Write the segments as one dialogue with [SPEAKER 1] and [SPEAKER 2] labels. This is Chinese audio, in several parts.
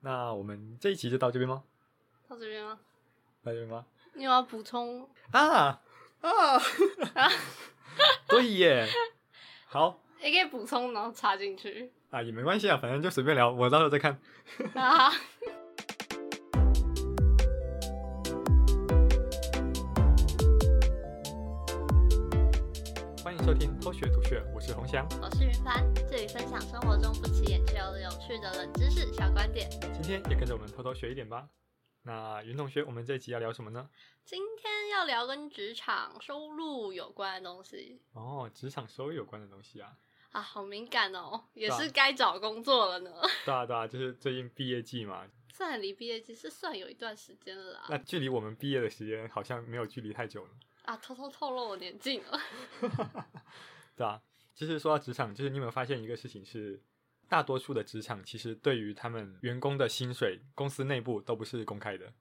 [SPEAKER 1] 那我们这一期就到这边吗？
[SPEAKER 2] 到这边吗？
[SPEAKER 1] 到这边吗？
[SPEAKER 2] 你有要补充
[SPEAKER 1] 啊啊！
[SPEAKER 2] 啊？
[SPEAKER 1] 对耶，好
[SPEAKER 2] 也可以补充，然后插进去
[SPEAKER 1] 啊，也没关系啊，反正就随便聊，我到时候再看。
[SPEAKER 2] 啊。
[SPEAKER 1] 欢迎收听偷学吐血，我是红翔。
[SPEAKER 2] 我是云帆，这里分享生活中不起眼却又有趣的冷知识小观点。
[SPEAKER 1] 今天也跟着我们偷偷学一点吧。那云同学，我们这一集要聊什么呢？
[SPEAKER 2] 今天要聊跟职场收入有关的东西
[SPEAKER 1] 哦，职场收入有关的东西啊。
[SPEAKER 2] 啊，好敏感哦，也
[SPEAKER 1] 对
[SPEAKER 2] 是
[SPEAKER 1] 啊
[SPEAKER 2] 该找工作了呢。
[SPEAKER 1] 对啊对啊，就是最近毕业季嘛，
[SPEAKER 2] 虽然离毕业季是算有一段时间了啦，
[SPEAKER 1] 那距离我们毕业的时间好像没有距离太久了。
[SPEAKER 2] 啊，偷偷透露我年纪了。
[SPEAKER 1] 对啊，其实说到职场，就是你有没有发现一个事情是，大多数的职场其实对于他们员工的薪水，公司内部都不是公开的。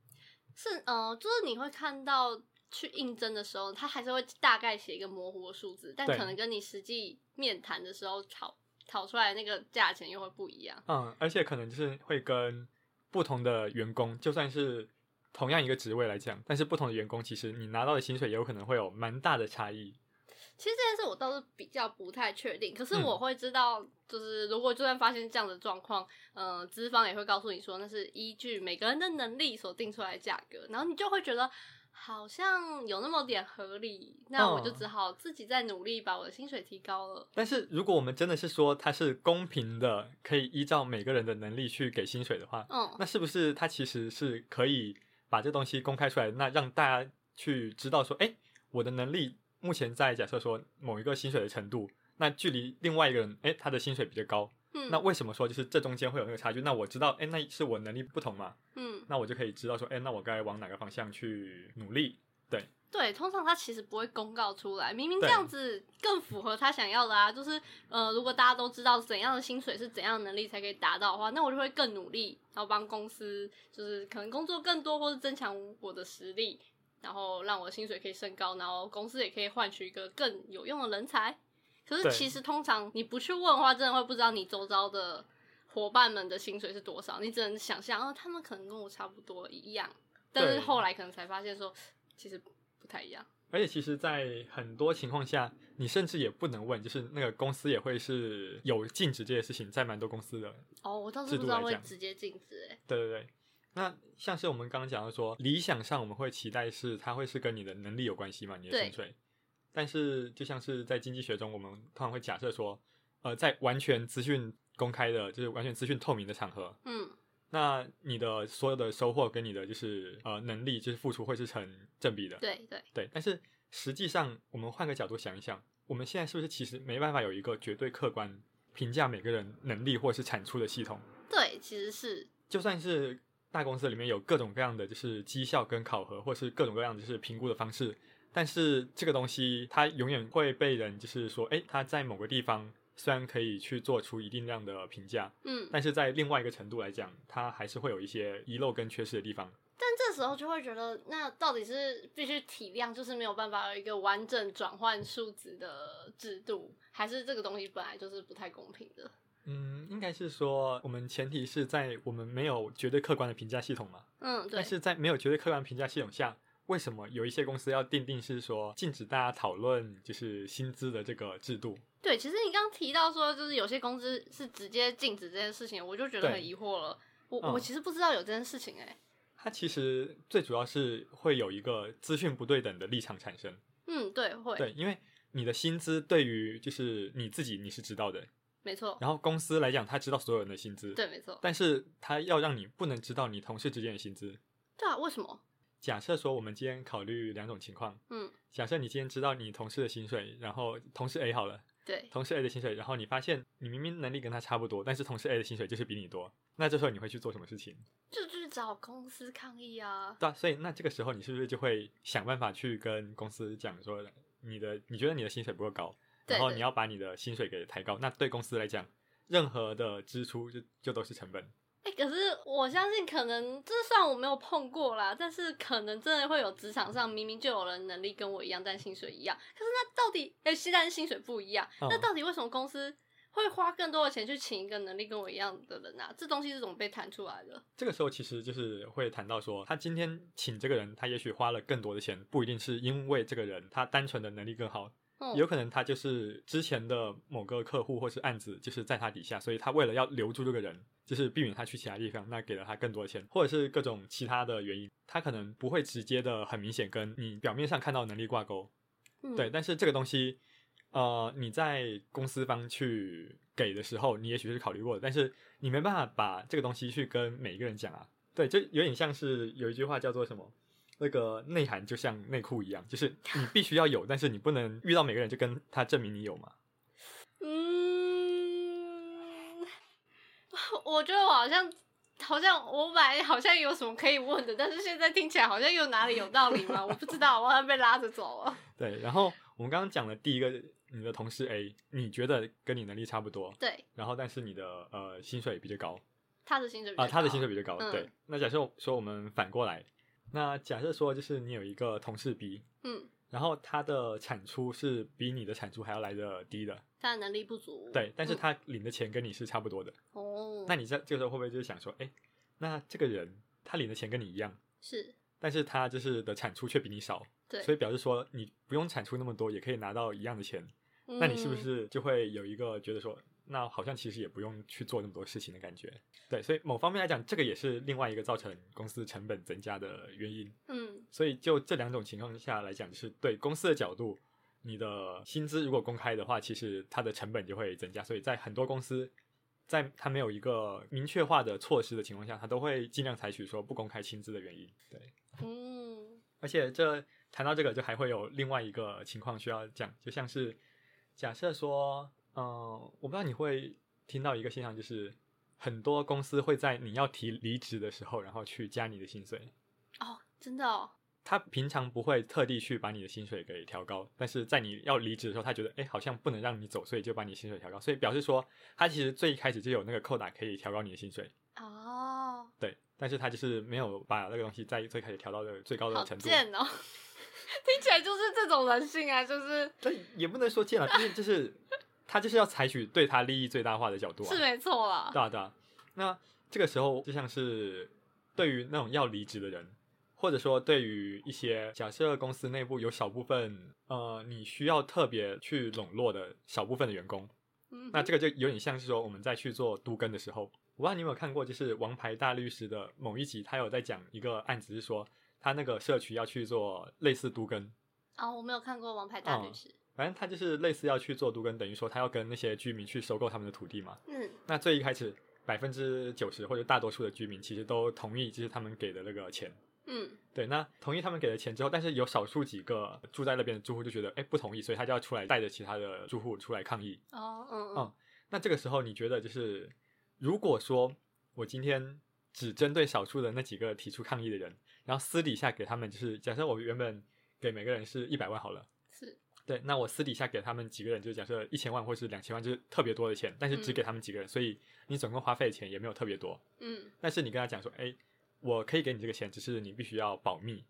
[SPEAKER 2] 是，呃，就是你会看到去应征的时候，他还是会大概写一个模糊的数字，但
[SPEAKER 1] 对
[SPEAKER 2] 可能跟你实际面谈的时候讨讨出来的那个价钱又会不一样。
[SPEAKER 1] 嗯，而且可能就是会跟不同的员工，就算是同样一个职位来讲，但是不同的员工，其实你拿到的薪水也有可能会有蛮大的差异。
[SPEAKER 2] 其实这件事我倒是比较不太确定，可是
[SPEAKER 1] 嗯
[SPEAKER 2] 我会知道，就是如果就算发现这样的状况，呃，资方也会告诉你说那是依据每个人的能力所定出来的价格，然后你就会觉得好像有那么点合理，那我就
[SPEAKER 1] 嗯
[SPEAKER 2] 只好自己再努力把我的薪水提高了。
[SPEAKER 1] 但是如果我们真的是说它是公平的，可以依照每个人的能力去给薪水的话，
[SPEAKER 2] 嗯，
[SPEAKER 1] 那是不是它其实是可以把这东西公开出来，那让大家去知道说，哎，我的能力目前在假设说某一个薪水的程度，那距离另外一个人，哎，他的薪水比较高，
[SPEAKER 2] 嗯
[SPEAKER 1] 那为什么说就是这中间会有那个差距？那我知道，哎，那是我能力不同嘛，
[SPEAKER 2] 嗯。
[SPEAKER 1] 那我就可以知道说，哎，那我该往哪个方向去努力？
[SPEAKER 2] 对，通常他其实不会公告出来，明明这
[SPEAKER 1] 对
[SPEAKER 2] 样子更符合他想要的啊。就是呃，如果大家都知道怎样的薪水是怎样的能力才可以达到的话，那我就会更努力，然后帮公司就是可能工作更多，或者增强我的实力，然后让我的薪水可以升高，然后公司也可以换取一个更有用的人才。可是
[SPEAKER 1] 对
[SPEAKER 2] 其实通常你不去问的话，真的会不知道你周遭的伙伴们的薪水是多少，你只能想象哦，他们可能跟我差不多一样，但是
[SPEAKER 1] 对
[SPEAKER 2] 后来可能才发现说，其实不太一样。
[SPEAKER 1] 而且其实，在很多情况下，你甚至也不能问，就是那个公司也会是有禁止这些事情，在蛮多公司的
[SPEAKER 2] 哦，我倒
[SPEAKER 1] 制
[SPEAKER 2] 是不
[SPEAKER 1] 度
[SPEAKER 2] 知道
[SPEAKER 1] 来
[SPEAKER 2] 会
[SPEAKER 1] 讲
[SPEAKER 2] 直接禁止哎、
[SPEAKER 1] 对对对，那像是我们刚刚讲到说，理想上我们会期待是它会是跟你的能力有关系嘛，你的
[SPEAKER 2] 对
[SPEAKER 1] 薪水。但是就像是在经济学中，我们通常会假设说，呃，在完全资讯公开的，就是完全资讯透明的场合，
[SPEAKER 2] 嗯，
[SPEAKER 1] 那你的所有的收获跟你的就是呃能力就是付出会是成正比的。
[SPEAKER 2] 嗯对对，
[SPEAKER 1] 对，但是实际上我们换个角度想一想，我们现在是不是其实没办法有一个绝对客观评价每个人能力或是产出的系统？
[SPEAKER 2] 对，其实是
[SPEAKER 1] 就算是大公司里面有各种各样的就是绩效跟考核，或是各种各样的就是评估的方式，但是这个东西它永远会被人就是说，哎，它在某个地方虽然可以去做出一定量的评价，
[SPEAKER 2] 嗯，
[SPEAKER 1] 但是在另外一个程度来讲，它还是会有一些遗漏跟缺失的地方。
[SPEAKER 2] 但这时候就会觉得，那到底是必须体谅，就是没有办法有一个完整转换数值的制度，还是这个东西本来就是不太公平的？
[SPEAKER 1] 嗯，应该是说我们前提是在我们没有绝对客观的评价系统嘛，
[SPEAKER 2] 嗯，对
[SPEAKER 1] 但，是在没有绝对客观评价系统下，为什么有一些公司要定定是说禁止大家讨论就是薪资的这个制度？
[SPEAKER 2] 对，其实你刚刚提到说，就是有些公司是直接禁止这件事情，我就觉得
[SPEAKER 1] 对
[SPEAKER 2] 很疑惑了。我、
[SPEAKER 1] 嗯
[SPEAKER 2] 我其实不知道有这件事情哎、
[SPEAKER 1] 它其实最主要是会有一个资讯不对等的立场产生。
[SPEAKER 2] 嗯，对，会，
[SPEAKER 1] 对，因为你的薪资对于就是你自己你是知道的，
[SPEAKER 2] 没错，
[SPEAKER 1] 然后公司来讲，他知道所有人的薪资，
[SPEAKER 2] 哦对，没错，
[SPEAKER 1] 但是他要让你不能知道你同事之间的薪资。
[SPEAKER 2] 对啊，为什么？
[SPEAKER 1] 假设说我们今天考虑两种情况，
[SPEAKER 2] 嗯，
[SPEAKER 1] 假设你今天知道你同事的薪水，然后同事 A 好了，
[SPEAKER 2] 对，
[SPEAKER 1] 同事 A 的薪水，然后你发现你明明能力跟他差不多，但是同事 A 的薪水就是比你多，那这时候你会去做什么事情？
[SPEAKER 2] 就去找公司抗议啊。
[SPEAKER 1] 对啊，所以那这个时候你是不是就会想办法去跟公司讲说，你的你觉得你的薪水不够高，
[SPEAKER 2] 对
[SPEAKER 1] 然后
[SPEAKER 2] 对
[SPEAKER 1] 你要把你的薪水给抬高，那对公司来讲，任何的支出就就都是成本。
[SPEAKER 2] 哎、可是我相信，可能这算我没有碰过啦，但是可能真的会有职场上明明就有人能力跟我一样，但薪水一样。可是那到底，哎、欸，虽然薪水不一样，
[SPEAKER 1] 嗯
[SPEAKER 2] 那到底为什么公司会花更多的钱去请一个能力跟我一样的人啊，这东西是怎么被弹出来的？
[SPEAKER 1] 这个时候其实就是会谈到说，他今天请这个人，他也许花了更多的钱，不一定是因为这个人他单纯的能力更好，
[SPEAKER 2] 嗯，
[SPEAKER 1] 有可能他就是之前的某个客户或是案子就是在他底下，所以他为了要留住这个人，就是避免他去其他地方，那给了他更多的钱，或者是各种其他的原因，他可能不会直接的很明显跟你表面上看到的能力挂钩，
[SPEAKER 2] 嗯
[SPEAKER 1] 对，但是这个东西，呃，你在公司方去给的时候，你也许是考虑过的，但是你没办法把这个东西去跟每一个人讲啊。对，就有点像是有一句话叫做什么，那个内涵就像内裤一样，就是你必须要有，但是你不能遇到每个人就跟他证明你有嘛。
[SPEAKER 2] 嗯，我觉得我好像好像我本来好像有什么可以问的，但是现在听起来好像又哪里有道理嘛，我不知道，我好像被拉着走啊了。
[SPEAKER 1] 对，然后我们刚刚讲的第一个，你的同事 A，你觉得跟你能力差不多，
[SPEAKER 2] 对，
[SPEAKER 1] 然后但是你的呃薪水比较高，
[SPEAKER 2] 他的薪水比
[SPEAKER 1] 啊，
[SPEAKER 2] 较
[SPEAKER 1] 他的
[SPEAKER 2] 高
[SPEAKER 1] 薪水比较高。
[SPEAKER 2] 嗯
[SPEAKER 1] 对，那假设说我们反过来，那假设说就是你有一个同事 B，
[SPEAKER 2] 嗯，
[SPEAKER 1] 然后他的产出是比你的产出还要来的低的，
[SPEAKER 2] 他的能力不足。
[SPEAKER 1] 对，但是
[SPEAKER 2] 嗯
[SPEAKER 1] 他领的钱跟你是差不多的，
[SPEAKER 2] 哦，
[SPEAKER 1] 那你在这个时候会不会就是想说，哎，那这个人他领的钱跟你一样，
[SPEAKER 2] 是
[SPEAKER 1] 但是他就是的产出却比你少，
[SPEAKER 2] 对，
[SPEAKER 1] 所以表示说你不用产出那么多也可以拿到一样的钱，那你是不
[SPEAKER 2] 嗯
[SPEAKER 1] 是就会有一个觉得说？那好像其实也不用去做那么多事情的感觉，对，所以某方面来讲，这个也是另外一个造成公司成本增加的原因。
[SPEAKER 2] 嗯
[SPEAKER 1] 所以就这两种情况下来讲，就是对公司的角度，你的薪资如果公开的话，其实它的成本就会增加。所以在很多公司，在它没有一个明确化的措施的情况下，它都会尽量采取说不公开薪资的原因。对，
[SPEAKER 2] 嗯
[SPEAKER 1] 而且这谈到这个，就还会有另外一个情况需要讲，就像是假设说，嗯、我不知道你会听到一个现象，就是很多公司会在你要提离职的时候，然后去加你的薪水。
[SPEAKER 2] 哦，真的哦，
[SPEAKER 1] 他平常不会特地去把你的薪水给调高，但是在你要离职的时候，他觉得哎，诶好像不能让你走，所以就把你薪水调高，所以表示说他其实最一开始就有那个扣打可以调高你的薪水，
[SPEAKER 2] 哦，
[SPEAKER 1] 对，但是他就是没有把那个东西在最开始调到的最高的
[SPEAKER 2] 好
[SPEAKER 1] 程度。
[SPEAKER 2] 贱哦， 听起来就是这种人性啊，就是
[SPEAKER 1] 但也不能说贱了，就是就是他就是要采取对他利益最大化的角度啊，
[SPEAKER 2] 是没错啦。
[SPEAKER 1] 对啊对啊。那这个时候就像是对于那种要离职的人，或者说对于一些假设公司内部有少部分呃你需要特别去笼络的少部分的员工，
[SPEAKER 2] 嗯哼，
[SPEAKER 1] 那这个就有点像是说我们在去做都跟的时候，我不知道你有没有看过，就是《王牌大律师》的某一集，他有在讲一个案子，是说他那个社区要去做类似都跟。
[SPEAKER 2] 啊、我没有看过《王牌大律
[SPEAKER 1] 嗯
[SPEAKER 2] 师》
[SPEAKER 1] 反正他就是类似要去做都跟，等于说他要跟那些居民去收购他们的土地嘛。
[SPEAKER 2] 嗯。
[SPEAKER 1] 那最一开始，百分之九十或者大多数的居民其实都同意，就是他们给的那个钱。
[SPEAKER 2] 嗯
[SPEAKER 1] 对，那同意他们给的钱之后，但是有少数几个住在那边的住户就觉得，哎，不同意，所以他就要出来带着其他的住户出来抗议。
[SPEAKER 2] 哦嗯
[SPEAKER 1] 嗯那这个时候，你觉得就是，如果说我今天只针对少数的那几个提出抗议的人，然后私底下给他们，就是假设我原本给每个人是一百万好了。
[SPEAKER 2] 是
[SPEAKER 1] 对，那我私底下给他们几个人，就假设一千万或是两千万，就是特别多的钱，但是只
[SPEAKER 2] 嗯
[SPEAKER 1] 给他们几个人，所以你总共花费的钱也没有特别多。
[SPEAKER 2] 嗯
[SPEAKER 1] 但是你跟他讲说，哎，我可以给你这个钱，只是你必须要保密，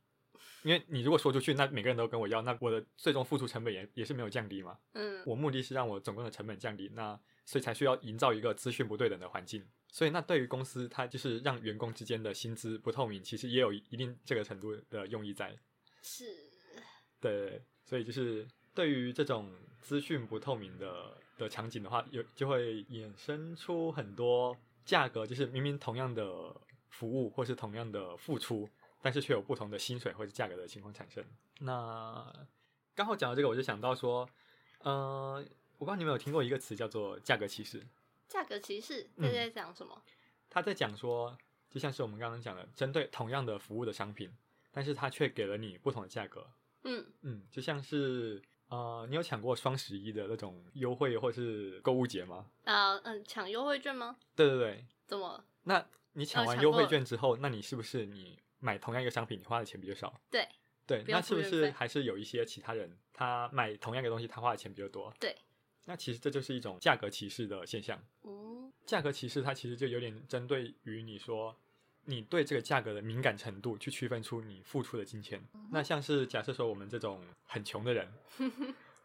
[SPEAKER 1] 因为你如果说出去，那每个人都跟我要，那我的最终付出成本也也是没有降低嘛。
[SPEAKER 2] 嗯
[SPEAKER 1] 我目的是让我总共的成本降低，那所以才需要营造一个资讯不对等的环境。所以那对于公司，它就是让员工之间的薪资不透明，其实也有一定这个程度的用意在。
[SPEAKER 2] 是
[SPEAKER 1] 对，所以就是对于这种资讯不透明的的场景的话，有就会衍生出很多价格，就是明明同样的服务或是同样的付出，但是却有不同的薪水或者价格的情况产生。那刚好讲到这个，我就想到说，呃，我不知道你们有听过一个词叫做价格歧视，
[SPEAKER 2] 价格歧视，
[SPEAKER 1] 嗯
[SPEAKER 2] 这在讲什么？
[SPEAKER 1] 他在讲说，就像是我们刚刚讲的，针对同样的服务的商品，但是他却给了你不同的价格，
[SPEAKER 2] 嗯，
[SPEAKER 1] 嗯，就像是呃，你有抢过双十一的那种优惠或是购物节吗？
[SPEAKER 2] 啊嗯，抢优惠券吗？
[SPEAKER 1] 对对对，
[SPEAKER 2] 怎么了？
[SPEAKER 1] 那你抢
[SPEAKER 2] 呃
[SPEAKER 1] 完
[SPEAKER 2] 抢
[SPEAKER 1] 优
[SPEAKER 2] 过
[SPEAKER 1] 惠
[SPEAKER 2] 了
[SPEAKER 1] 券之后，那你是不是你买同样一个商品，你花的钱比较少？
[SPEAKER 2] 对
[SPEAKER 1] 对，
[SPEAKER 2] 不
[SPEAKER 1] 那
[SPEAKER 2] 用
[SPEAKER 1] 是
[SPEAKER 2] 付
[SPEAKER 1] 不
[SPEAKER 2] 运
[SPEAKER 1] 是
[SPEAKER 2] 费
[SPEAKER 1] 还是有一些其他人他买同样一个东西，他花的钱比较多？
[SPEAKER 2] 对，
[SPEAKER 1] 那其实这就是一种价格歧视的现象。
[SPEAKER 2] 嗯
[SPEAKER 1] 价格歧视它其实就有点针对于你说你对这个价格的敏感程度，
[SPEAKER 2] 嗯
[SPEAKER 1] 去区分出你付出的金钱。那像是假设说我们这种很穷的人，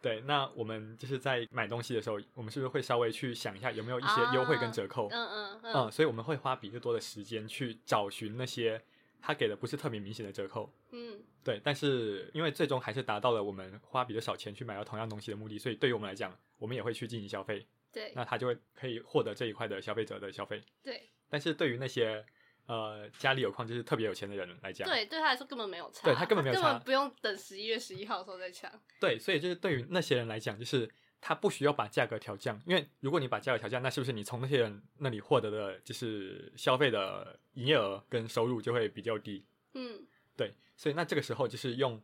[SPEAKER 1] 对，那我们就是在买东西的时候，我们是不是会稍微去想一下有没有一些
[SPEAKER 2] 啊
[SPEAKER 1] 优惠跟折扣？
[SPEAKER 2] 嗯嗯嗯，
[SPEAKER 1] 嗯，所以我们会花比较多的时间去找寻那些他给的不是特别明显的折扣。
[SPEAKER 2] 嗯，
[SPEAKER 1] 对，但是因为最终还是达到了我们花比较少钱去买到同样东西的目的，所以对于我们来讲，我们也会去进行消费，
[SPEAKER 2] 对
[SPEAKER 1] 那他就会可以获得这一块的消费者的消费。
[SPEAKER 2] 对
[SPEAKER 1] 但是对于那些呃家里有矿就是特别有钱的人来讲，
[SPEAKER 2] 对，对他来说根本没有差，
[SPEAKER 1] 对他根本没有
[SPEAKER 2] 根本
[SPEAKER 1] 差
[SPEAKER 2] 不用等十一月十一号的时候再抢。
[SPEAKER 1] 对，所以就是对于那些人来讲，就是他不需要把价格调降，因为如果你把价格调降，那是不是你从那些人那里获得的就是消费的营业额跟收入就会比较低？
[SPEAKER 2] 嗯
[SPEAKER 1] 对，所以那这个时候就是用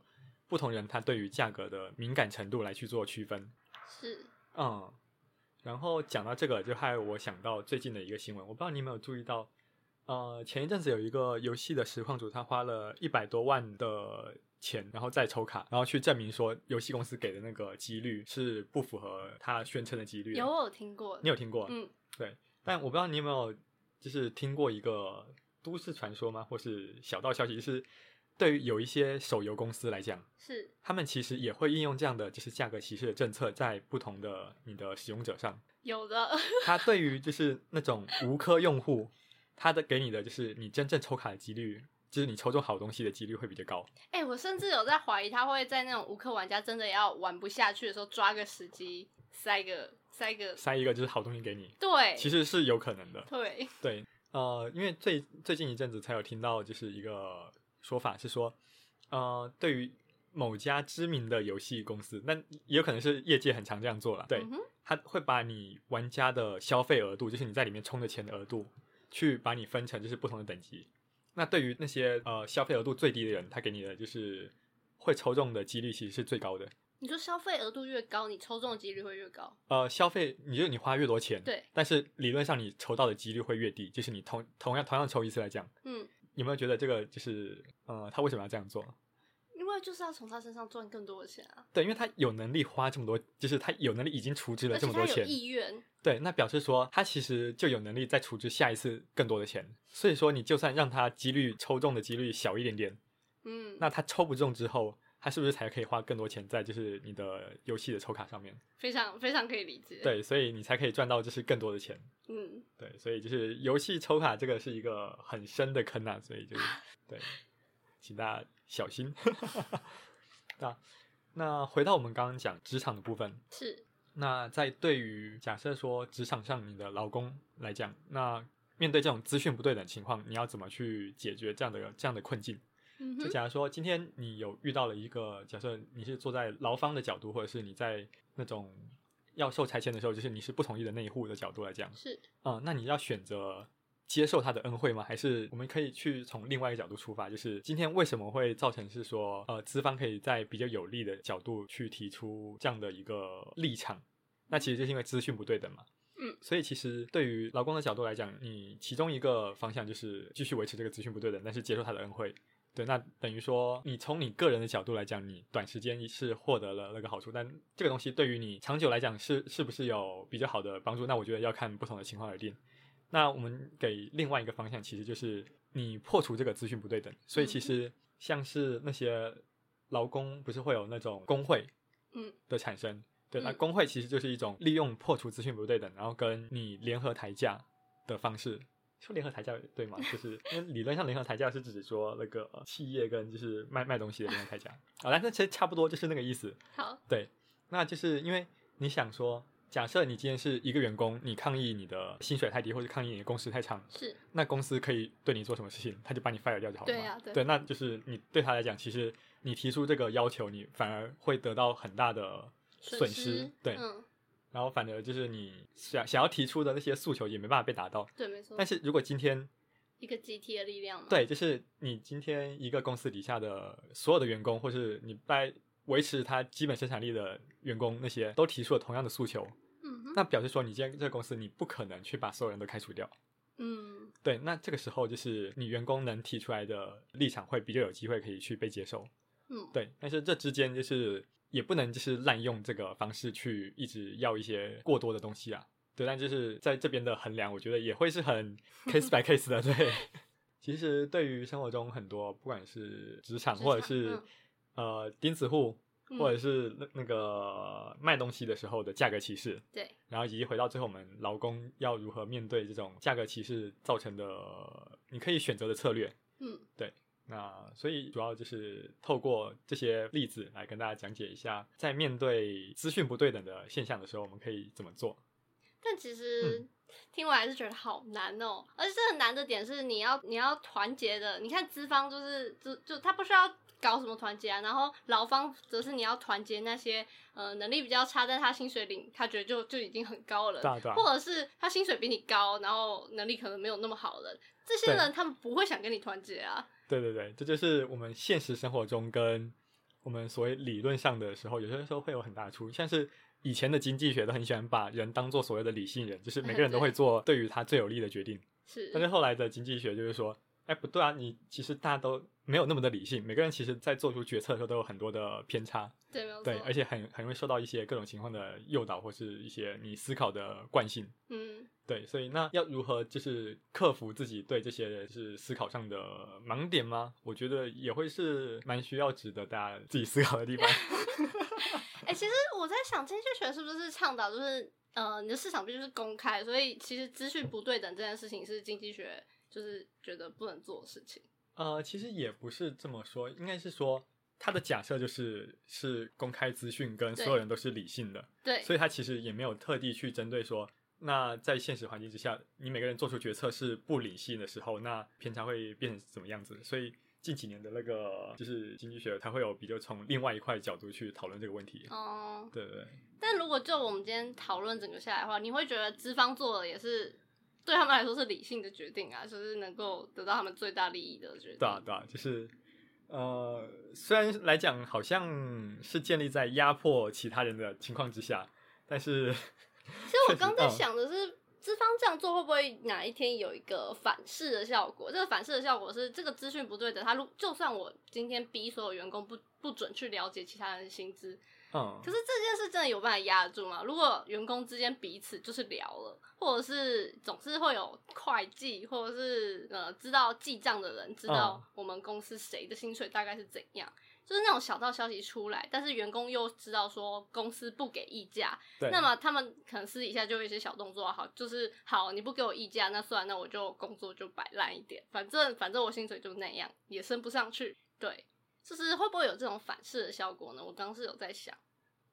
[SPEAKER 1] 不同人他对于价格的敏感程度来去做区分。，
[SPEAKER 2] 是，
[SPEAKER 1] 嗯，然后讲到这个，就害我想到最近的一个新闻，我不知道你有没有注意到，呃，前一阵子有一个游戏的实况主，他花了一百多万的钱，然后再抽卡，然后去证明说游戏公司给的那个几率是不符合他宣称的几率的。
[SPEAKER 2] 有我有听过，
[SPEAKER 1] 你有听过？啊
[SPEAKER 2] 嗯，
[SPEAKER 1] 对，但我不知道你有没有就是听过一个都市传说吗？或是小道消息，就是对于有一些手游公司来讲，
[SPEAKER 2] 是
[SPEAKER 1] 他们其实也会应用这样的就是价格歧视的政策，在不同的你的使用者上。
[SPEAKER 2] 有的，
[SPEAKER 1] 它对于就是那种无氪用户，它的给你的就是你真正抽卡的几率，就是你抽中好东西的几率会比较高。
[SPEAKER 2] 哎、我甚至有在怀疑他会在那种无氪玩家真的要玩不下去的时候，抓个时机塞个塞个，
[SPEAKER 1] 塞一个就是好东西给你，
[SPEAKER 2] 对，
[SPEAKER 1] 其实是有可能的。
[SPEAKER 2] 对，
[SPEAKER 1] 对，呃，因为最最近一阵子才有听到，就是一个说法是说，呃，对于某家知名的游戏公司，那也有可能是业界很常这样做了，对
[SPEAKER 2] 嗯，哼
[SPEAKER 1] 他会把你玩家的消费额度，就是你在里面充的钱的额度，去把你分成就是不同的等级。那对于那些呃消费额度最低的人，他给你的就是会抽中的几率其实是最高的。
[SPEAKER 2] 你说消费额度越高，你抽中的几率会越高，
[SPEAKER 1] 呃，消费你就你花越多钱，
[SPEAKER 2] 对，
[SPEAKER 1] 但是理论上你抽到的几率会越低，就是你同同样同样抽一次来讲，
[SPEAKER 2] 嗯，
[SPEAKER 1] 有没有觉得这个就是呃，他为什么要这样做？
[SPEAKER 2] 因为就是要从他身上赚更多的钱啊，
[SPEAKER 1] 对，因为他有能力花这么多，就是他有能力已经储值了啊
[SPEAKER 2] 而
[SPEAKER 1] 这
[SPEAKER 2] 且
[SPEAKER 1] 么
[SPEAKER 2] 他
[SPEAKER 1] 多
[SPEAKER 2] 有
[SPEAKER 1] 钱，
[SPEAKER 2] 意愿，
[SPEAKER 1] 对，那表示说他其实就有能力再储值下一次更多的钱。所以说，你就算让他几率抽中的几率小一点点，
[SPEAKER 2] 嗯，
[SPEAKER 1] 那他抽不中之后，他是不是才可以花更多钱在就是你的游戏的抽卡上面？
[SPEAKER 2] 非常非常可以理解，，
[SPEAKER 1] 对，所以你才可以赚到就是更多的钱。
[SPEAKER 2] 嗯，
[SPEAKER 1] 对，所以就是游戏抽卡这个是一个很深的坑啊，所以就是对，请大家小心。 那那回到我们刚刚讲职场的部分，
[SPEAKER 2] 是，
[SPEAKER 1] 那在对于假设说职场上你的劳工来讲，那面对这种资讯不对等情况，你要怎么去解决这样的这样的困境？
[SPEAKER 2] 嗯
[SPEAKER 1] 就
[SPEAKER 2] 哼，
[SPEAKER 1] 假如说今天你有遇到了一个，假设你是坐在劳方的角度，或者是你在那种要受拆迁的时候，就是你是不同意的那一户的角度来讲，
[SPEAKER 2] 是，
[SPEAKER 1] 嗯，那你要选择接受他的恩惠吗？还是我们可以去从另外一个角度出发，就是今天为什么会造成是说，呃，资方可以在比较有利的角度去提出这样的一个立场？那其实就是因为资讯不对等嘛。
[SPEAKER 2] 嗯，
[SPEAKER 1] 所以其实对于劳工的角度来讲，你其中一个方向就是继续维持这个资讯不对等，但是接受他的恩惠。对，那等于说你从你个人的角度来讲，你短时间是获得了那个好处，但这个东西对于你长久来讲是是不是有比较好的帮助？那我觉得要看不同的情况而定。那我们给另外一个方向，其实就是你破除这个资讯不对等。所
[SPEAKER 2] 嗯
[SPEAKER 1] 以其实像是那些劳工，不是会有那种工会，
[SPEAKER 2] 嗯，
[SPEAKER 1] 的产生。对，那
[SPEAKER 2] 嗯
[SPEAKER 1] 工会其实就是一种利用破除资讯不对等，然后跟你联合抬价的方式。说联合抬价对吗？就是因为理论上联合抬价是指说那个企业跟就是卖卖东西的联合抬价啊，但是其实差不多就是那个意思。
[SPEAKER 2] 好，
[SPEAKER 1] 对，那就是因为你想说，假设你今天是一个员工，你抗议你的薪水太低，或者抗议你的工时太长，
[SPEAKER 2] 是，
[SPEAKER 1] 那公司可以对你做什么事情，他就把你 fire 掉就好了嘛。
[SPEAKER 2] 对啊对
[SPEAKER 1] 那就是你对他来讲，其实你提出这个要求，你反而会得到很大的损
[SPEAKER 2] 失，
[SPEAKER 1] 对，
[SPEAKER 2] 嗯，
[SPEAKER 1] 然后反而就是你想想要提出的那些诉求也没办法被达到。
[SPEAKER 2] 对，没错
[SPEAKER 1] 但，是如果今天
[SPEAKER 2] 一个集体的力量嘛，，
[SPEAKER 1] 对，就是你今天一个公司底下的所有的员工，或是你在维持他基本生产力的员工，那些都提出了同样的诉求，
[SPEAKER 2] 嗯哼，
[SPEAKER 1] 那表示说你今天这个公司你不可能去把所有人都开除掉。
[SPEAKER 2] 嗯，
[SPEAKER 1] 对，那这个时候就是你员工能提出来的立场会比较有机会可以去被接受。
[SPEAKER 2] 嗯，
[SPEAKER 1] 对，但是这之间就是也不能就是滥用这个方式去一直要一些过多的东西啊。对，但就是在这边的衡量，我觉得也会是很 case by case 的。 对，其实对于生活中很多不管是职场
[SPEAKER 2] 职
[SPEAKER 1] 或者
[SPEAKER 2] 场
[SPEAKER 1] 是、
[SPEAKER 2] 嗯
[SPEAKER 1] 呃钉子户，
[SPEAKER 2] 嗯
[SPEAKER 1] 或者是那那个卖东西的时候的价格歧视，
[SPEAKER 2] 对，
[SPEAKER 1] 然后以及回到最后我们劳工要如何面对这种价格歧视造成的，你可以选择的策略。
[SPEAKER 2] 嗯，
[SPEAKER 1] 那所以主要就是透过这些例子来跟大家讲解一下，在面对资讯不对等的现象的时候，我们可以怎么做。
[SPEAKER 2] 但其实、
[SPEAKER 1] 嗯
[SPEAKER 2] 听完还是觉得好难哦、而且这个难的点是你要你要团结的，你看资方就是就就他不需要搞什么团结啊，然后劳方则是你要团结那些呃能力比较差，但他薪水领他觉得就就已经很高了
[SPEAKER 1] 对，啊对啊，
[SPEAKER 2] 或者是他薪水比你高，然后能力可能没有那么好的这些
[SPEAKER 1] 对
[SPEAKER 2] 人，他们不会想跟你团结啊。
[SPEAKER 1] 对对对，这就是我们现实生活中跟我们所谓理论上的时候，有些时候会有很大的出入。像是以前的经济学都很喜欢把人当做所谓的理性人，就是每个人都会做对于他最有利的决定。
[SPEAKER 2] 是，
[SPEAKER 1] 但是后来的经济学就是说，哎，不对啊，你其实大家都没有那么的理性，每个人其实在做出决策的时候都有很多的偏差，
[SPEAKER 2] 对，没有错
[SPEAKER 1] 对，，而且很很容易受到一些各种情况的诱导或是一些你思考的惯性。
[SPEAKER 2] 嗯，
[SPEAKER 1] 对，所以那要如何就是克服自己对这些就是思考上的盲点吗？我觉得也会是蛮需要值得大家自己思考的地 方。
[SPEAKER 2] 哎、其实我在想，经济学是不是倡导就是呃，你的市场必须是公开，所以其实资讯不对等这件事情是经济学就是觉得不能做的事情。
[SPEAKER 1] 呃，其实也不是这么说，应该是说他的假设就是是公开资讯跟所有
[SPEAKER 2] 对
[SPEAKER 1] 人都是理性的，
[SPEAKER 2] 对，
[SPEAKER 1] 所以他其实也没有特地去针对说。那在现实环境之下，你每个人做出决策是不理性的时候，那偏差会变成什么样子？所以近几年的那个就是经济学，它会有比较从另外一块角度去讨论这个问题。
[SPEAKER 2] 哦、
[SPEAKER 1] 对对对。
[SPEAKER 2] 但如果就我们今天讨论整个下来的话，你会觉得资方做的也是对他们来说是理性的决定啊，就是能够得到他们最大利益的决定。
[SPEAKER 1] 对啊，对啊，就是呃，虽然来讲好像是建立在压迫其他人的情况之下，但是
[SPEAKER 2] 其实我
[SPEAKER 1] 确实
[SPEAKER 2] 刚在
[SPEAKER 1] 嗯
[SPEAKER 2] 想的是，资方这样做会不会哪一天有一个反噬的效果？这个反噬的效果是这个资讯不对的，他如就算我今天逼所有员工不不准去了解其他人的薪资，
[SPEAKER 1] 嗯
[SPEAKER 2] 可，是这件事真的有办法压得住吗？如果员工之间彼此就是聊了，或者是总是会有会计或者是呃知道记账的人知
[SPEAKER 1] 嗯
[SPEAKER 2] 道我们公司谁的薪水大概是怎样。就是那种小道消息出来，但是员工又知道说公司不给议价，
[SPEAKER 1] 对，
[SPEAKER 2] 那么他们可能私底下就有一些小动作，好，就是好，你不给我议价，那算了，那我就工作就摆烂一点，反正反正我薪水就那样，也升不上去。对，就是会不会有这种反噬的效果呢？我刚是有在想，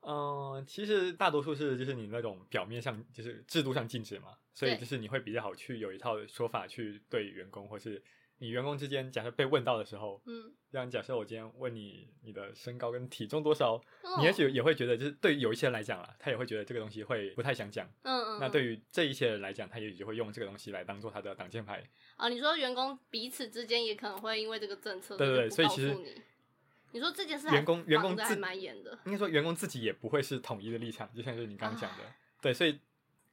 [SPEAKER 1] 嗯、其实大多数是就是你那种表面上就是制度上禁止嘛，所以
[SPEAKER 2] 对
[SPEAKER 1] 就是你会比较好去有一套说法去对员工，或是你员工之间假设被问到的时候，
[SPEAKER 2] 嗯，
[SPEAKER 1] 像假设我今天问你你的身高跟体重多少，
[SPEAKER 2] 哦
[SPEAKER 1] 你也许也会觉得就是对于有一些人来讲啦，他也会觉得这个东西会不太想讲。
[SPEAKER 2] 嗯嗯，
[SPEAKER 1] 那
[SPEAKER 2] 嗯
[SPEAKER 1] 对于这一些人来讲，他也许就会用这个东西来当做他的挡箭牌。
[SPEAKER 2] 啊，你说员工彼此之间也可能会因为这个政策，
[SPEAKER 1] 对对对
[SPEAKER 2] 就不告
[SPEAKER 1] 所以其实
[SPEAKER 2] 诉你，你说这件事还
[SPEAKER 1] 员工员工
[SPEAKER 2] 绑得还
[SPEAKER 1] 自
[SPEAKER 2] 蛮严的，
[SPEAKER 1] 应该说员工自己也不会是统一的立场，就像是你刚刚讲的，对，所以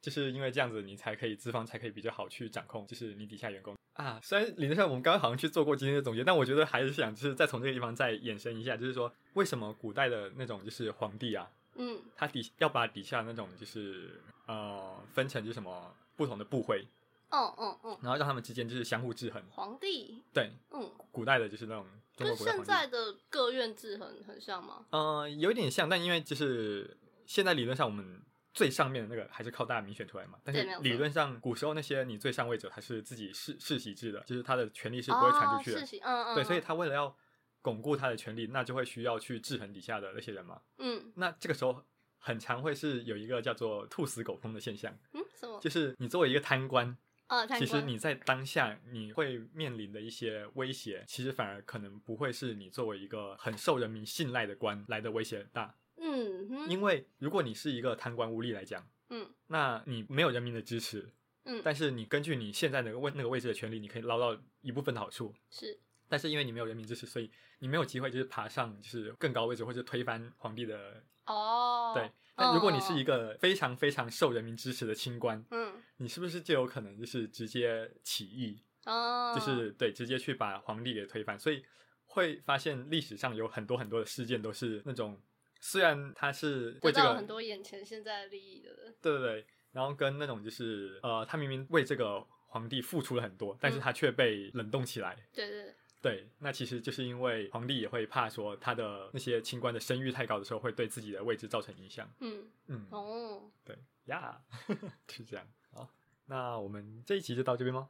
[SPEAKER 1] 就是因为这样子，你才可以资方才可以比较好去掌控，就是你底下员工啊。虽然理论上我们刚刚好像去做过今天的总结，但我觉得还是想就是再从这个地方再衍生一下，就是说为什么古代的那种就是皇帝啊，
[SPEAKER 2] 嗯，
[SPEAKER 1] 他底要把底下那种就是呃分成就是什么不同的部会，
[SPEAKER 2] 哦哦哦，
[SPEAKER 1] 然后让他们之间就是相互制衡。
[SPEAKER 2] 皇帝，
[SPEAKER 1] 对，
[SPEAKER 2] 嗯，
[SPEAKER 1] 古代的就是那种中
[SPEAKER 2] 跟
[SPEAKER 1] 国古代皇
[SPEAKER 2] 现
[SPEAKER 1] 帝
[SPEAKER 2] 在的各院制很很像吗？
[SPEAKER 1] 呃，有点像，但因为就是现在理论上我们最上面的那个还是靠大家民选出来嘛，但是
[SPEAKER 2] 对没有错
[SPEAKER 1] 理论上古时候那些你最上位者他是自己世世袭制的，就是他的权力是不会传出去
[SPEAKER 2] 哦
[SPEAKER 1] 的，
[SPEAKER 2] 世袭嗯嗯，
[SPEAKER 1] 对，所以
[SPEAKER 2] 嗯
[SPEAKER 1] 他为了要巩固他的权力，那就会需要去制衡底下的那些人嘛，
[SPEAKER 2] 嗯
[SPEAKER 1] 那这个时候很常会是有一个叫做兔死狗烹的现象，
[SPEAKER 2] 嗯什么？
[SPEAKER 1] 就是你作为一个贪官，
[SPEAKER 2] 呃，贪
[SPEAKER 1] 其实
[SPEAKER 2] 官
[SPEAKER 1] 你在当下你会面临的一些威胁，其实反而可能不会是你作为一个很受人民信赖的官来的威胁大，
[SPEAKER 2] 嗯哼
[SPEAKER 1] 因为如果你是一个贪官污吏来讲，
[SPEAKER 2] 嗯
[SPEAKER 1] 那你没有人民的支持，
[SPEAKER 2] 嗯，
[SPEAKER 1] 但是你根据你现在那个位那个位置的权利，你可以捞到一部分的好处。
[SPEAKER 2] 是
[SPEAKER 1] 但是因为你没有人民支持，所以你没有机会就是爬上就是更高位置或者推翻皇帝的。
[SPEAKER 2] 哦，
[SPEAKER 1] 对，但如果你是一
[SPEAKER 2] 个
[SPEAKER 1] 个非常非常受人民支持的清官，
[SPEAKER 2] 嗯
[SPEAKER 1] 你是不是就有可能就是直接起义，
[SPEAKER 2] 哦，
[SPEAKER 1] 就是对直接去把皇帝给推翻？所以会发现历史上有很多很多的事件都是那种。虽然他是
[SPEAKER 2] 得
[SPEAKER 1] 为这
[SPEAKER 2] 到
[SPEAKER 1] 个
[SPEAKER 2] 了很多眼前现在的利益的人，
[SPEAKER 1] 对对对，然后跟那种就是呃，他明明为这个皇帝付出了很多，但是
[SPEAKER 2] 嗯
[SPEAKER 1] 他却被冷冻起来，
[SPEAKER 2] 对对对，
[SPEAKER 1] 对，那其实就是因为皇帝也会怕说他的那些清官的声誉太高的时候，会对自己的位置造成影响。
[SPEAKER 2] 嗯，
[SPEAKER 1] 嗯，
[SPEAKER 2] 哦，
[SPEAKER 1] 对呀 是这样。好，那我们这一集就到这边吗？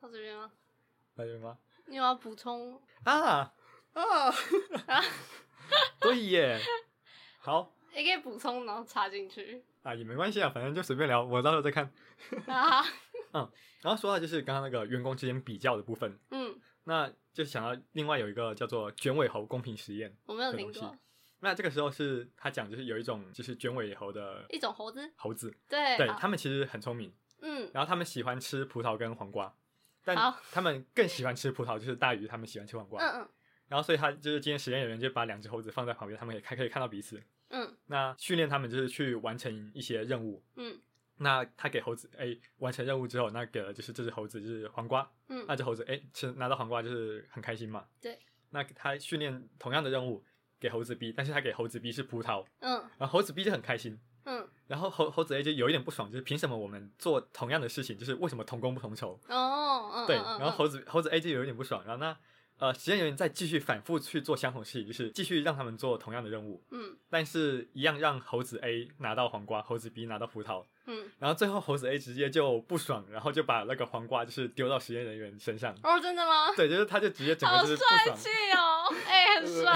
[SPEAKER 2] 到这边吗？
[SPEAKER 1] 到这边吗？
[SPEAKER 2] 你有要补充
[SPEAKER 1] 啊啊！
[SPEAKER 2] 啊？
[SPEAKER 1] 对耶，好
[SPEAKER 2] 也可以补充，然后插进去
[SPEAKER 1] 啊，也没关系啊，反正就随便聊，我到时候再看。
[SPEAKER 2] 啊。
[SPEAKER 1] 然后说到就是刚刚那个员工之间比较的部分，
[SPEAKER 2] 嗯，
[SPEAKER 1] 那就想到另外有一个叫做卷尾猴公平实验。
[SPEAKER 2] 我没有
[SPEAKER 1] 这
[SPEAKER 2] 听
[SPEAKER 1] 东西
[SPEAKER 2] 过
[SPEAKER 1] 那这个时候是他讲就是有一种就是卷尾猴的
[SPEAKER 2] 一种猴子，
[SPEAKER 1] 猴子，
[SPEAKER 2] 对，
[SPEAKER 1] 对
[SPEAKER 2] 哎好
[SPEAKER 1] 他们其实很聪明，
[SPEAKER 2] 嗯，
[SPEAKER 1] 然后他们喜欢吃葡萄跟黄瓜，但
[SPEAKER 2] 好
[SPEAKER 1] 他们更喜欢吃葡萄，就是大于他们喜欢吃黄瓜。
[SPEAKER 2] 嗯嗯
[SPEAKER 1] 然后所以他就是今天实验人员就把两只猴子放在旁边，他们也看可以看到彼此。
[SPEAKER 2] 嗯
[SPEAKER 1] 那训练他们就是去完成一些任务。
[SPEAKER 2] 嗯
[SPEAKER 1] 那他给猴子哎完成任务之后，那给了就是这只猴子就是黄瓜，
[SPEAKER 2] 嗯
[SPEAKER 1] 那只猴子哎吃拿到黄瓜就是很开心嘛。
[SPEAKER 2] 对。
[SPEAKER 1] 那他训练同样的任务给猴子 B，但是他给猴子 B 是葡萄，
[SPEAKER 2] 嗯
[SPEAKER 1] 然后猴子 B 就很开心，
[SPEAKER 2] 嗯，
[SPEAKER 1] 然后猴猴子 A 就有一点不爽，就是凭什么我们做同样的事情，就是为什么同工不同酬？
[SPEAKER 2] 哦，嗯
[SPEAKER 1] 对，
[SPEAKER 2] 嗯嗯
[SPEAKER 1] 然后
[SPEAKER 2] 嗯
[SPEAKER 1] 猴子猴子 A 就有一点不爽，然后那呃实验人员再继续反复去做相同事情，就是继续让他们做同样的任务，
[SPEAKER 2] 嗯
[SPEAKER 1] 但是一样让猴子 A 拿到黄瓜，猴子 B 拿到葡萄，
[SPEAKER 2] 嗯，
[SPEAKER 1] 然后最后猴子 A 直接就不爽，然后就把那个黄瓜就是丢到实验人员身上，
[SPEAKER 2] 哦，真的吗？
[SPEAKER 1] 对，就是他就直接整个
[SPEAKER 2] 好
[SPEAKER 1] 就是不
[SPEAKER 2] 帅
[SPEAKER 1] 爽，
[SPEAKER 2] 气哦，哎，很帅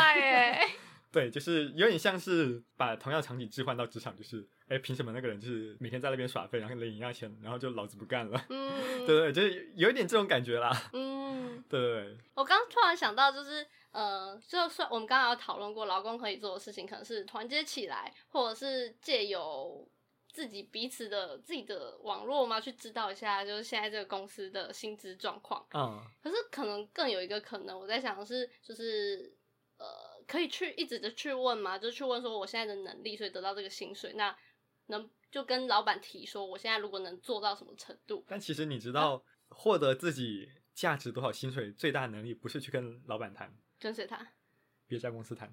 [SPEAKER 2] 哎，
[SPEAKER 1] 对，就是有点像是把同样的场景置换到职场，就是哎凭什么那个人就是每天在那边耍废，然后领一样钱，然后就老子不干了。
[SPEAKER 2] 嗯，
[SPEAKER 1] 对对，就是有一点这种感觉啦。
[SPEAKER 2] 嗯。
[SPEAKER 1] 对对
[SPEAKER 2] 我刚突然想到，就是呃，就算我们刚刚有讨论过，劳工可以做的事情，可能是团结起来，或者是借由自己彼此的自己的网络嘛，去知道一下，就是现在这个公司的薪资状况。
[SPEAKER 1] 嗯，
[SPEAKER 2] 可是可能更有一个可能，我在想的是，就是呃，可以去一直的去问嘛，就去问说我现在的能力，所以得到这个薪水，那能就跟老板提说，我现在如果能做到什么程度，
[SPEAKER 1] 但其实你知道，获得自己价值多少薪水最大的能力，不是去跟老板谈，
[SPEAKER 2] 跟随他。
[SPEAKER 1] 别家公司谈。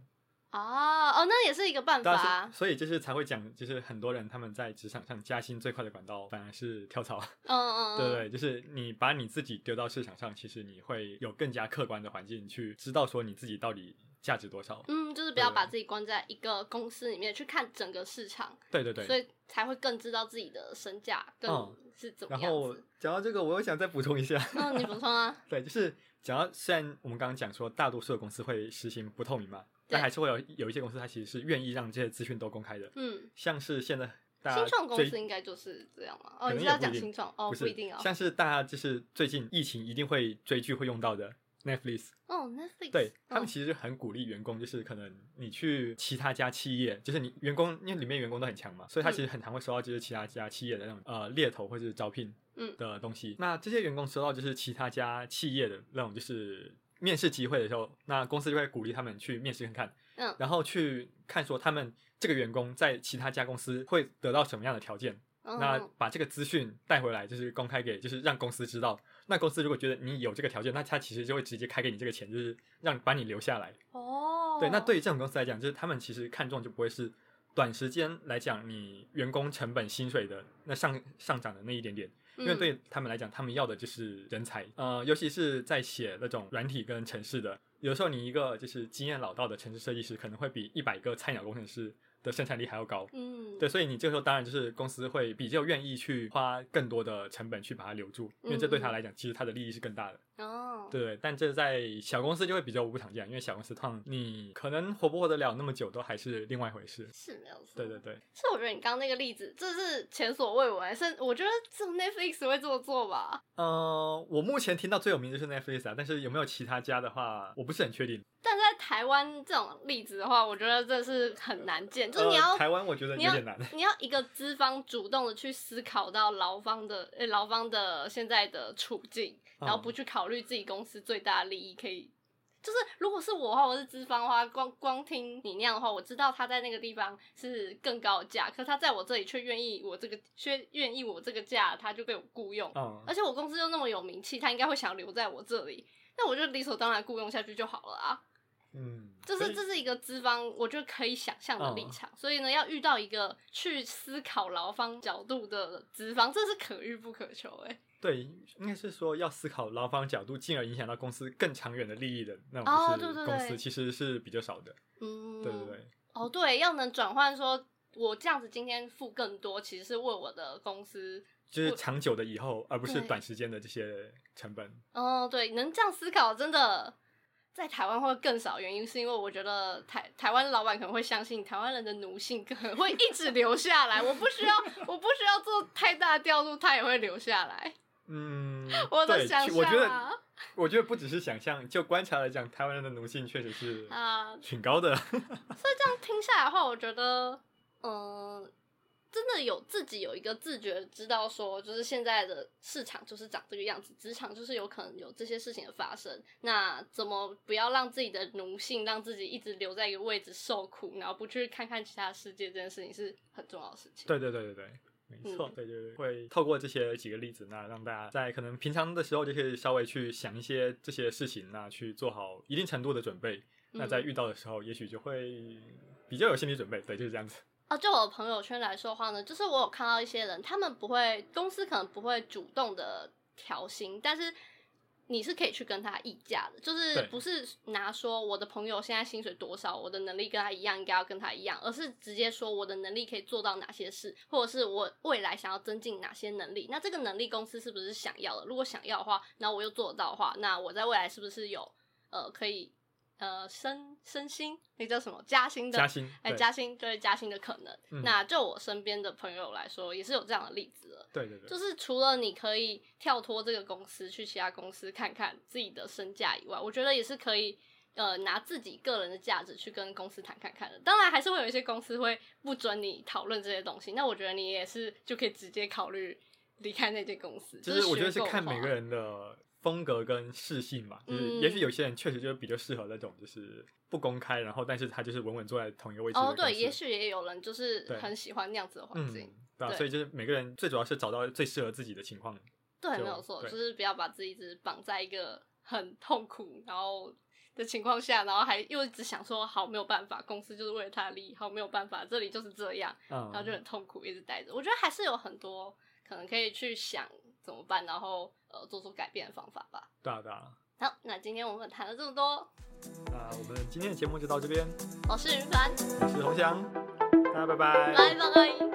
[SPEAKER 2] 啊，哦，那也是一个办法
[SPEAKER 1] 但是，
[SPEAKER 2] 啊、
[SPEAKER 1] 所以就是才会讲，就是很多人他们在职场上加薪最快的管道反而是跳槽。
[SPEAKER 2] 嗯嗯，嗯
[SPEAKER 1] 对对，就是你把你自己丢到市场上，其实你会有更加客观的环境去知道说你自己到底价值多少。
[SPEAKER 2] 嗯，就是不要
[SPEAKER 1] 对
[SPEAKER 2] 把自己关在一个公司里面去看整个市场，
[SPEAKER 1] 对对对，
[SPEAKER 2] 所以才会更知道自己的身价更
[SPEAKER 1] 嗯
[SPEAKER 2] 是怎么
[SPEAKER 1] 然
[SPEAKER 2] 样
[SPEAKER 1] 后
[SPEAKER 2] 子。
[SPEAKER 1] 讲到这个，我又想再补充一下，
[SPEAKER 2] 嗯，你补充啊，
[SPEAKER 1] 对，就是讲到虽然我们刚刚讲说大多数的公司会实行不透明嘛，但
[SPEAKER 2] 对
[SPEAKER 1] 还是会有有一些公司它其实是愿意让这些资讯都公开的，
[SPEAKER 2] 嗯，
[SPEAKER 1] 像是现在 大家
[SPEAKER 2] 新创公
[SPEAKER 1] 最
[SPEAKER 2] 司应该就是这样嘛。
[SPEAKER 1] 可
[SPEAKER 2] 哦，
[SPEAKER 1] 能
[SPEAKER 2] 你是
[SPEAKER 1] 也
[SPEAKER 2] 要
[SPEAKER 1] 不
[SPEAKER 2] 讲
[SPEAKER 1] 一定
[SPEAKER 2] 新创哦，
[SPEAKER 1] 不
[SPEAKER 2] 不
[SPEAKER 1] 是
[SPEAKER 2] 一定哦。
[SPEAKER 1] 像是大家就是最近疫情一定会追剧会用到的 Netflix，
[SPEAKER 2] 哦，Netflix，
[SPEAKER 1] 对他们
[SPEAKER 2] 嗯
[SPEAKER 1] 其实很鼓励员工，就是可能你去其他家企业，就是你员工，因为里面员工都很强嘛，所以他
[SPEAKER 2] 嗯
[SPEAKER 1] 其实很常会收到就是其他家企业的那种呃猎头或者是招聘
[SPEAKER 2] 嗯
[SPEAKER 1] 的东西。那这些员工收到就是其他家企业的那种就是面试机会的时候，那公司就会鼓励他们去面试看看，
[SPEAKER 2] 嗯
[SPEAKER 1] 然后去看说他们这个员工在其他家公司会得到什么样的条件。那
[SPEAKER 2] 嗯
[SPEAKER 1] 把这个资讯带回来，就是公开给，就是让公司知道。那公司如果觉得你有这个条件，那他其实就会直接开给你这个钱，就是让把你留下来。
[SPEAKER 2] 哦，
[SPEAKER 1] 对，那对于这种公司来讲，就是他们其实看重就不会是短时间来讲你员工成本薪水的那上上涨的那一点点，因为
[SPEAKER 2] 嗯
[SPEAKER 1] 对他们来讲，他们要的就是人才。呃，尤其是在写那种软体跟城市的，有时候你一个就是经验老道的城市设计师，可能会比一百个菜鸟工程师的生产力还要高。
[SPEAKER 2] 嗯
[SPEAKER 1] 对，所以你这个时候当然就是公司会比较愿意去花更多的成本去把它留住，因为这对
[SPEAKER 2] 嗯
[SPEAKER 1] 他来讲，其实他的利益是更大的，
[SPEAKER 2] 哦
[SPEAKER 1] 对对。但这在小公司就会比较不常见，因为小公司通常你可能活不活得了那么久都还是另外一回事。
[SPEAKER 2] 是没有错。
[SPEAKER 1] 对对对，
[SPEAKER 2] 是我觉得你刚刚那个例子，这是前所未闻，甚我觉得只有 Netflix 会这么做吧。
[SPEAKER 1] 呃，我目前听到最有名就是 Netflix 啊，但是有没有其他家的话，我不是很确定。
[SPEAKER 2] 但在台湾这种例子的话，我觉得这是很难见，就是你
[SPEAKER 1] 呃
[SPEAKER 2] 要
[SPEAKER 1] 台湾我觉得
[SPEAKER 2] 你
[SPEAKER 1] 有
[SPEAKER 2] 要
[SPEAKER 1] 点难。
[SPEAKER 2] 你要一个资方主动的去思考到劳方的呃劳方的现在的处境，
[SPEAKER 1] 嗯
[SPEAKER 2] 然后不去考虑自己公司最大的利益，可以就是如果是我的话，我是资方的话，光光听你那样的话，我知道他在那个地方是更高的价，可是他在我这里却愿意我这个却愿意我这个价，他就被我雇佣，
[SPEAKER 1] 嗯
[SPEAKER 2] 而且我公司又那么有名气，他应该会想留在我这里，那我就理所当然雇佣下去就好了啊。
[SPEAKER 1] 嗯，
[SPEAKER 2] 这
[SPEAKER 1] 所
[SPEAKER 2] 是
[SPEAKER 1] 以
[SPEAKER 2] 这是一个资方，我觉得可以想象的立
[SPEAKER 1] 嗯
[SPEAKER 2] 场。所以呢，要遇到一个去思考劳方角度的资方，这是可遇不可求哎、欸
[SPEAKER 1] 对，应该是说要思考劳方角度，进而影响到公司更长远的利益的那
[SPEAKER 2] 哦
[SPEAKER 1] 种，就
[SPEAKER 2] 对对
[SPEAKER 1] 是公
[SPEAKER 2] 对
[SPEAKER 1] 司其实是比较少的。
[SPEAKER 2] 嗯，
[SPEAKER 1] 对对对，
[SPEAKER 2] 哦，对，要能转换说，我这样子今天付更多，其实是为我的公司。
[SPEAKER 1] 就是长久的以后，而不是
[SPEAKER 2] 对
[SPEAKER 1] 短时间的这些成本。
[SPEAKER 2] 哦，对，能这样思考，真的在台湾会更少。原因是因为我觉得台台湾老板可能会相信台湾人的奴性，可能会一直留下来。我不需要， 我不需要做太大的调度，他也会留下来。
[SPEAKER 1] 嗯，
[SPEAKER 2] 我的
[SPEAKER 1] 对
[SPEAKER 2] 想
[SPEAKER 1] 其我觉
[SPEAKER 2] 象啊
[SPEAKER 1] 得，我觉得不只是想象，就观察来讲，台湾人的奴性确实是
[SPEAKER 2] 啊，
[SPEAKER 1] 挺高的。
[SPEAKER 2] 所以这样听下来的话，我觉得，嗯、真的有自己有一个自觉，知道说，就是现在的市场就是长这个样子，职场就是有可能有这些事情的发生。那怎么不要让自己的奴性，让自己一直留在一个位置受苦，然后不去看看其他世界，这件事情是很重要的事情。
[SPEAKER 1] 对对对对对，没错，
[SPEAKER 2] 嗯
[SPEAKER 1] 对对对，会透过这些几个例子，那让大家在可能平常的时候就可以稍微去想一些这些事情，那去做好一定程度的准备。那在
[SPEAKER 2] 嗯
[SPEAKER 1] 遇到的时候，也许就会比较有心理准备。对，就是这样子。
[SPEAKER 2] 啊，就我的朋友圈来说的话呢，就是我有看到一些人，他们不会，公司可能不会主动的调薪，但是你是可以去跟他议价的，就是
[SPEAKER 1] 对
[SPEAKER 2] 不是拿说我的朋友现在薪水多少，我的能力跟他一样，应该要跟他一样，而是直接说我的能力可以做到哪些事，或者是我未来想要增进哪些能力，那这个能力公司是不是想要的？如果想要的话，然后我又做得到的话，那我在未来是不是有呃可以呃升升薪，那叫什么加薪的
[SPEAKER 1] 加薪，
[SPEAKER 2] 哎，
[SPEAKER 1] 对
[SPEAKER 2] 加薪对加薪的可能。
[SPEAKER 1] 嗯
[SPEAKER 2] 那就我身边的朋友来说，也是有这样的例子了。
[SPEAKER 1] 对对对，
[SPEAKER 2] 就是除了你可以跳脱这个公司去其他公司看看自己的身价以外，我觉得也是可以呃拿自己个人的价值去跟公司谈看看的。当然还是会有一些公司会不准你讨论这些东西，那我觉得你也是就可以直接考虑离开那间公司。
[SPEAKER 1] 就是是我觉得
[SPEAKER 2] 学
[SPEAKER 1] 是
[SPEAKER 2] 购的
[SPEAKER 1] 看
[SPEAKER 2] 话
[SPEAKER 1] 每个人的风格跟适性吧，就是
[SPEAKER 2] 嗯
[SPEAKER 1] 也许有些人确实就是比较适合那种就是不公开，然后但是他就是稳稳坐在同一个位置的
[SPEAKER 2] 哦，
[SPEAKER 1] 公司。
[SPEAKER 2] 对，也许也有人就是
[SPEAKER 1] 对
[SPEAKER 2] 很喜欢那样子的环境。
[SPEAKER 1] 嗯，对啊，
[SPEAKER 2] 对
[SPEAKER 1] 所以就是每个人最主要是找到最适合自己的情况。
[SPEAKER 2] 对，
[SPEAKER 1] 就
[SPEAKER 2] 没有错，
[SPEAKER 1] 对
[SPEAKER 2] 就是不要把自己一直绑在一个很痛苦，然后的情况下，然后还又一直想说好没有办法，公司就是为了他的利益，好没有办法，这里就是这样，
[SPEAKER 1] 嗯，
[SPEAKER 2] 然后就很痛苦，一直待着。我觉得还是有很多可能可以去想怎么办，然后呃做出改变的方法吧。
[SPEAKER 1] 对啊对啊。
[SPEAKER 2] 好，那今天我们谈了这么多，
[SPEAKER 1] 那我们今天的节目就到这边，
[SPEAKER 2] 我是云凡，
[SPEAKER 1] 我是洪翔，大家拜拜
[SPEAKER 2] 拜拜。